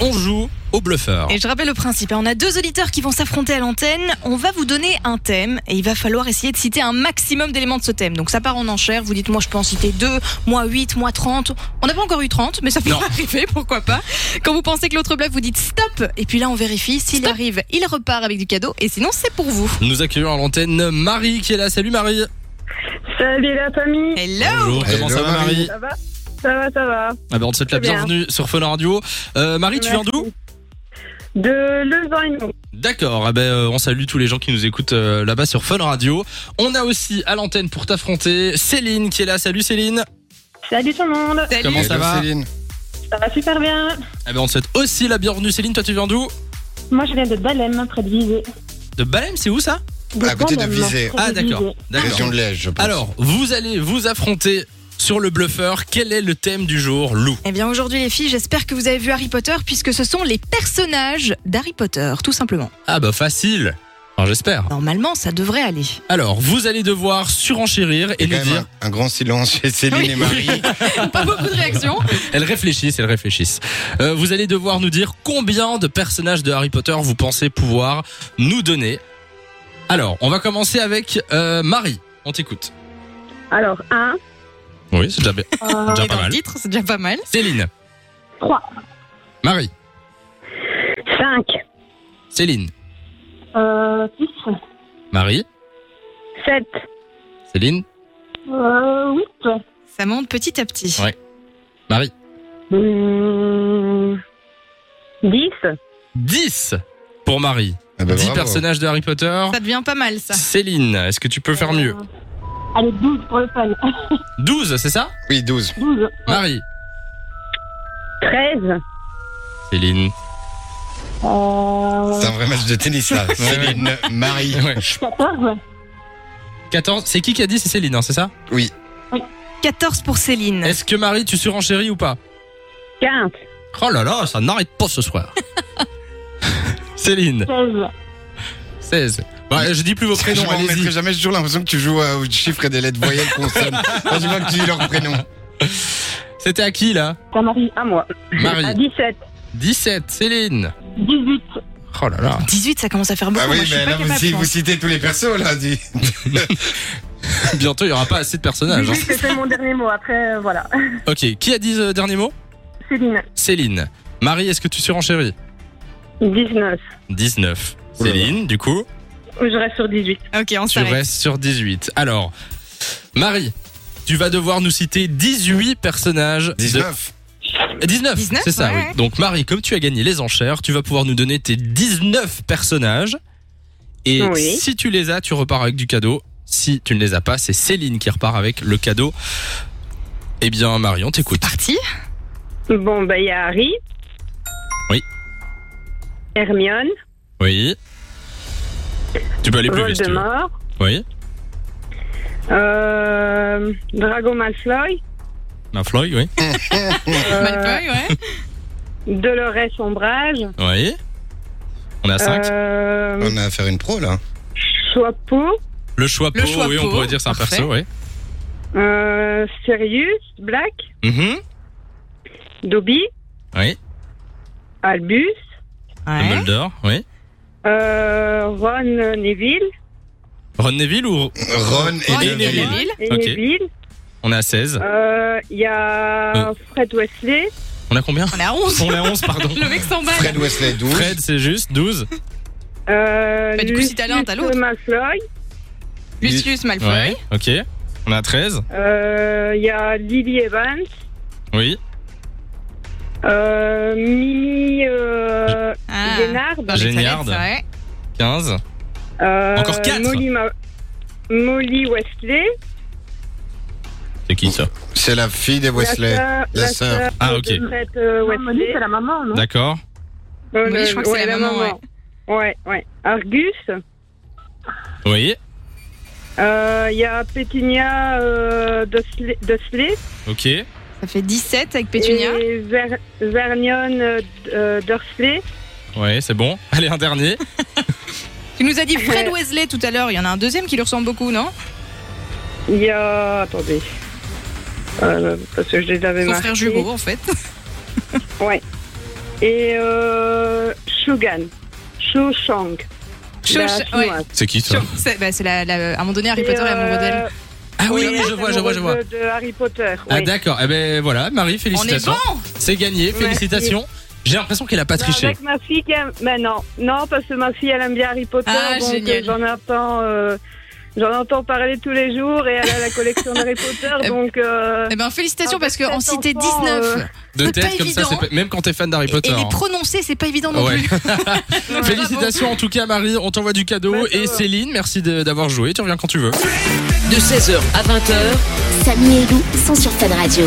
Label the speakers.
Speaker 1: on joue au bluffeur.
Speaker 2: Et je rappelle le principe, hein, on a deux auditeurs qui vont s'affronter à l'antenne, on va vous donner un thème et il va falloir essayer de citer un maximum d'éléments de ce thème. Donc ça part en enchère, vous dites moi je peux en citer deux, moi 8, moi 30. On n'a pas encore eu 30, mais ça peut
Speaker 1: Non.
Speaker 2: arriver, pourquoi pas. Quand vous pensez que l'autre blague, vous dites stop et puis là on vérifie, s'il arrive, il repart avec du cadeau et sinon c'est pour vous.
Speaker 1: Nous accueillons à l'antenne Marie qui est là. Salut Marie.
Speaker 3: Salut la famille,
Speaker 2: Hello
Speaker 1: Bonjour, comment
Speaker 4: Hello,
Speaker 1: ça va Marie
Speaker 4: Marie.
Speaker 3: ça va Ça va, ça va.
Speaker 1: ah ben, On te souhaite la
Speaker 3: Très bien.
Speaker 1: bienvenue sur Fun Radio. Euh, Marie, tu viens
Speaker 3: Merci.
Speaker 1: d'où
Speaker 3: De Levin.
Speaker 1: D'accord, eh ben, euh, on salue tous les gens qui nous écoutent euh, là-bas sur Fun Radio. On a aussi à l'antenne pour t'affronter Céline qui est là. Salut Céline.
Speaker 3: Salut tout le monde,
Speaker 2: Salut.
Speaker 1: Comment ça
Speaker 4: Hello,
Speaker 1: va
Speaker 4: Céline.
Speaker 3: ça va super bien.
Speaker 1: Eh ben, On te souhaite aussi la bienvenue Céline. Toi, tu viens d'où
Speaker 3: Moi je viens de Balem, près de Visé.
Speaker 1: De Balem, c'est où ça
Speaker 4: À côté de Visé.
Speaker 1: Ah d'accord. d'accord.
Speaker 4: Région de l'Ège, je pense.
Speaker 1: Alors, vous allez vous affronter sur le bluffeur. Quel est le thème du jour, Lou
Speaker 2: Eh bien aujourd'hui les filles, j'espère que vous avez vu Harry Potter puisque ce sont les personnages d'Harry Potter, tout simplement.
Speaker 1: Ah bah facile. Enfin, j'espère.
Speaker 2: Normalement ça devrait aller.
Speaker 1: Alors, vous allez devoir surenchérir et
Speaker 4: Il y
Speaker 1: nous
Speaker 4: a quand même
Speaker 1: dire.
Speaker 4: un, un grand silence chez Céline
Speaker 2: Oui.
Speaker 4: et Marie.
Speaker 2: Pas beaucoup de réactions.
Speaker 1: Elles réfléchissent, elles réfléchissent. Euh, vous allez devoir nous dire combien de personnages de Harry Potter vous pensez pouvoir nous donner. Alors, on va commencer avec euh, Marie. On t'écoute.
Speaker 3: Alors, euh, 1,
Speaker 1: Oui, c'est déjà, bien- déjà pas
Speaker 2: Dans le
Speaker 1: mal.
Speaker 2: titre, c'est déjà pas mal.
Speaker 1: Céline.
Speaker 3: Trois.
Speaker 1: Marie.
Speaker 3: 5,
Speaker 1: Céline.
Speaker 3: 6,
Speaker 1: Marie.
Speaker 3: 7,
Speaker 1: Céline.
Speaker 3: 8,
Speaker 2: Ça monte petit à petit.
Speaker 1: Ouais. Marie.
Speaker 3: euh, 10,
Speaker 1: 10 pour Marie.
Speaker 4: Ah bah
Speaker 1: 10
Speaker 4: bravo.
Speaker 1: personnages de Harry Potter.
Speaker 2: Ça devient pas mal ça.
Speaker 1: Céline, est-ce que tu peux faire mieux
Speaker 3: Allez, 12 pour le fun.
Speaker 1: 12, c'est ça
Speaker 4: Oui, 12.
Speaker 3: 12,
Speaker 1: Marie.
Speaker 3: 13,
Speaker 1: Céline.
Speaker 3: Euh,
Speaker 4: C'est un vrai match de tennis, ça. Céline, Marie.
Speaker 1: Ouais.
Speaker 3: 14,
Speaker 1: 14, c'est qui qui a dit c'est Céline, hein, c'est ça
Speaker 2: 14 pour Céline.
Speaker 1: Est-ce que Marie, tu surenchéris ou pas
Speaker 3: 15,
Speaker 1: Oh là là, ça n'arrête pas ce soir. Céline,
Speaker 3: 16,
Speaker 1: 16. Bah, je dis plus vos
Speaker 4: je
Speaker 1: prénoms,
Speaker 4: m'en remettrai
Speaker 1: allez-y.
Speaker 4: jamais, j'ai toujours l'impression que tu joues euh, aux chiffres et des lettres voyelles consonnes. Quand je vois que tu dis leur prénom.
Speaker 1: C'était à qui là
Speaker 3: ta Marie, à moi. À
Speaker 1: Marie.
Speaker 3: 17,
Speaker 1: 17, Céline.
Speaker 3: 18,
Speaker 1: Oh là là.
Speaker 2: 18, ça commence à faire beaucoup.
Speaker 4: Ah
Speaker 2: Moi,
Speaker 4: oui,
Speaker 2: je suis
Speaker 4: mais
Speaker 2: pas
Speaker 4: là, vous,
Speaker 2: capable,
Speaker 4: si
Speaker 2: je
Speaker 4: vous
Speaker 2: pense.
Speaker 4: citez tous les persos, là. dis-
Speaker 1: Bientôt, il n'y aura pas assez de personnages.
Speaker 3: 18,
Speaker 1: hein.
Speaker 3: c'était mon dernier mot, après, euh, voilà.
Speaker 1: Ok, qui a dit le dernier mot
Speaker 3: Céline,
Speaker 1: Céline. Marie, est-ce que tu surenchéris
Speaker 3: 19.
Speaker 1: 19.
Speaker 4: Ouh Oh là là.
Speaker 1: Céline, du coup,
Speaker 3: Je reste sur 18.
Speaker 2: Ok, on
Speaker 1: tu
Speaker 2: s'arrête.
Speaker 1: restes sur 18. Alors, Marie, tu vas devoir nous citer 18 personnages de-
Speaker 4: 19.
Speaker 1: 19,
Speaker 2: 19,
Speaker 1: c'est ça,
Speaker 2: ouais.
Speaker 1: oui. Donc Marie, comme tu as gagné les enchères, tu vas pouvoir nous donner tes 19 personnages. Et
Speaker 3: Oui.
Speaker 1: si tu les as, tu repars avec du cadeau. Si tu ne les as pas, c'est Céline qui repart avec le cadeau. Eh bien, Marie, on t'écoute.
Speaker 2: Parti
Speaker 3: Bon, bah, il y a Harry.
Speaker 1: Oui.
Speaker 3: Hermione.
Speaker 1: Oui. Tu peux aller plus vite. si tu veux.
Speaker 3: Voldemort.
Speaker 1: Oui.
Speaker 3: Euh, Drago Malfoy.
Speaker 1: Malfoy, oui.
Speaker 3: euh,
Speaker 2: Malfoy, ouais.
Speaker 3: Dolores Ombrage.
Speaker 1: Oui. On a 5.
Speaker 3: Euh,
Speaker 4: On a à faire une pro, là.
Speaker 3: Chopo.
Speaker 1: le choix
Speaker 2: le Choixpeau,
Speaker 1: oui, on pourrait dire c'est un
Speaker 2: parfait.
Speaker 1: perso, oui.
Speaker 3: Euh, Sirius. Black.
Speaker 1: Mhm.
Speaker 3: Dobby.
Speaker 1: Oui.
Speaker 3: Albus.
Speaker 2: Ouais.
Speaker 1: Dumbledore, oui.
Speaker 3: euh, Ron Neville.
Speaker 1: Ron Neville ou
Speaker 4: Ron et
Speaker 2: Ron et
Speaker 4: Neville.
Speaker 2: Neville.
Speaker 3: Et
Speaker 1: Ok.
Speaker 3: Neville.
Speaker 1: on a 16.
Speaker 3: Euh, Il y a
Speaker 1: Euh.
Speaker 3: Fred Wesley.
Speaker 1: On a combien
Speaker 2: On est à 11.
Speaker 1: On est à 11, pardon.
Speaker 2: Le mec s'emballe.
Speaker 4: Fred Wesley, 12.
Speaker 1: Fred, c'est juste 12.
Speaker 3: Euh,
Speaker 2: Bah, du coup, si t'as l'un,
Speaker 3: Lucius
Speaker 2: t'as l'autre.
Speaker 3: Malfoy.
Speaker 2: Lucius Malfoy.
Speaker 1: Ouais, ok. On a 13.
Speaker 3: Euh, Il y a Lily Evans,
Speaker 1: Oui.
Speaker 3: euh, Mimi euh,
Speaker 2: Ah.
Speaker 3: Lénard,
Speaker 2: Dans les
Speaker 1: Géniarde.
Speaker 2: toilettes, ouais.
Speaker 1: 15.
Speaker 3: euh,
Speaker 1: Encore quatre.
Speaker 3: Molly, Ma- Molly Wesley,
Speaker 1: C'est qui ça
Speaker 4: C'est la fille des Wesley.
Speaker 3: la sœur,
Speaker 4: La sœur.
Speaker 1: Ah, ok.
Speaker 3: de Fred, euh, Wesley.
Speaker 5: c'est la maman, non
Speaker 1: D'accord.
Speaker 3: Euh,
Speaker 2: Oui, je crois que c'est
Speaker 3: ouais,
Speaker 2: la maman,
Speaker 3: Ouais, ouais. Argus, euh,
Speaker 1: Oui.
Speaker 3: il euh, y a Petunia euh, Dursley- Dursley
Speaker 1: Ok.
Speaker 2: Ça fait 17 avec Pétunia.
Speaker 3: et Ver- Vernion euh, euh, Dursley.
Speaker 1: Ouais, c'est bon. Allez, un dernier.
Speaker 2: Tu nous as dit Fred Wesley tout à l'heure. Il y en a un deuxième qui lui ressemble beaucoup, non
Speaker 3: Il y a. Attendez. Euh, parce que je les avais
Speaker 2: Son
Speaker 3: marqués.
Speaker 2: frère jumeau, en fait.
Speaker 3: Ouais. et euh, Shogun. Shoshang. la
Speaker 2: Shosh-
Speaker 3: chinoise.
Speaker 2: ouais.
Speaker 1: C'est qui toi
Speaker 2: C'est bah, c'est la, la- à un moment donné, Harry
Speaker 3: Et,
Speaker 2: Potter et mon
Speaker 3: euh,
Speaker 2: modèle.
Speaker 1: Ah oui,
Speaker 2: Oh,
Speaker 1: oui,
Speaker 3: la
Speaker 1: je vois, je vois, je vois.
Speaker 3: amoureuse De, de Harry Potter.
Speaker 1: Ah
Speaker 3: oui.
Speaker 1: d'accord. Eh ben voilà, Marie,
Speaker 2: On est bon
Speaker 1: félicitations. C'est gagné,
Speaker 3: Merci.
Speaker 1: félicitations. J'ai l'impression qu'elle a pas
Speaker 3: Non,
Speaker 1: triché.
Speaker 3: Avec ma fille qui aime. Mais non, non, parce que ma fille, elle aime bien Harry Potter.
Speaker 2: Ah,
Speaker 3: donc,
Speaker 2: génial.
Speaker 3: euh, J'en entends, euh, j'en entends parler tous les jours et elle a la collection d'Harry Potter. donc, euh,
Speaker 2: Eh ben félicitations
Speaker 3: Ah,
Speaker 2: parce que
Speaker 3: parce
Speaker 2: en
Speaker 3: que
Speaker 2: cité
Speaker 3: cet
Speaker 2: 19
Speaker 3: enfant, euh,
Speaker 1: De
Speaker 2: c'est
Speaker 1: tête
Speaker 2: pas
Speaker 1: comme ça, c'est
Speaker 2: évident. hein.
Speaker 1: pas- même quand t'es fan d'Harry
Speaker 2: et
Speaker 1: Potter.
Speaker 2: les
Speaker 1: hein.
Speaker 2: prononcer, c'est pas évident non
Speaker 1: Ouais.
Speaker 2: plus. Bravo.
Speaker 1: Félicitations en tout cas Marie, on t'envoie du cadeau
Speaker 2: Bah,
Speaker 3: Bravo.
Speaker 1: et Céline, merci de- d'avoir joué, tu reviens quand tu veux.
Speaker 5: De 16h à 20h,
Speaker 6: Samy et Lou sont sur Fun Radio.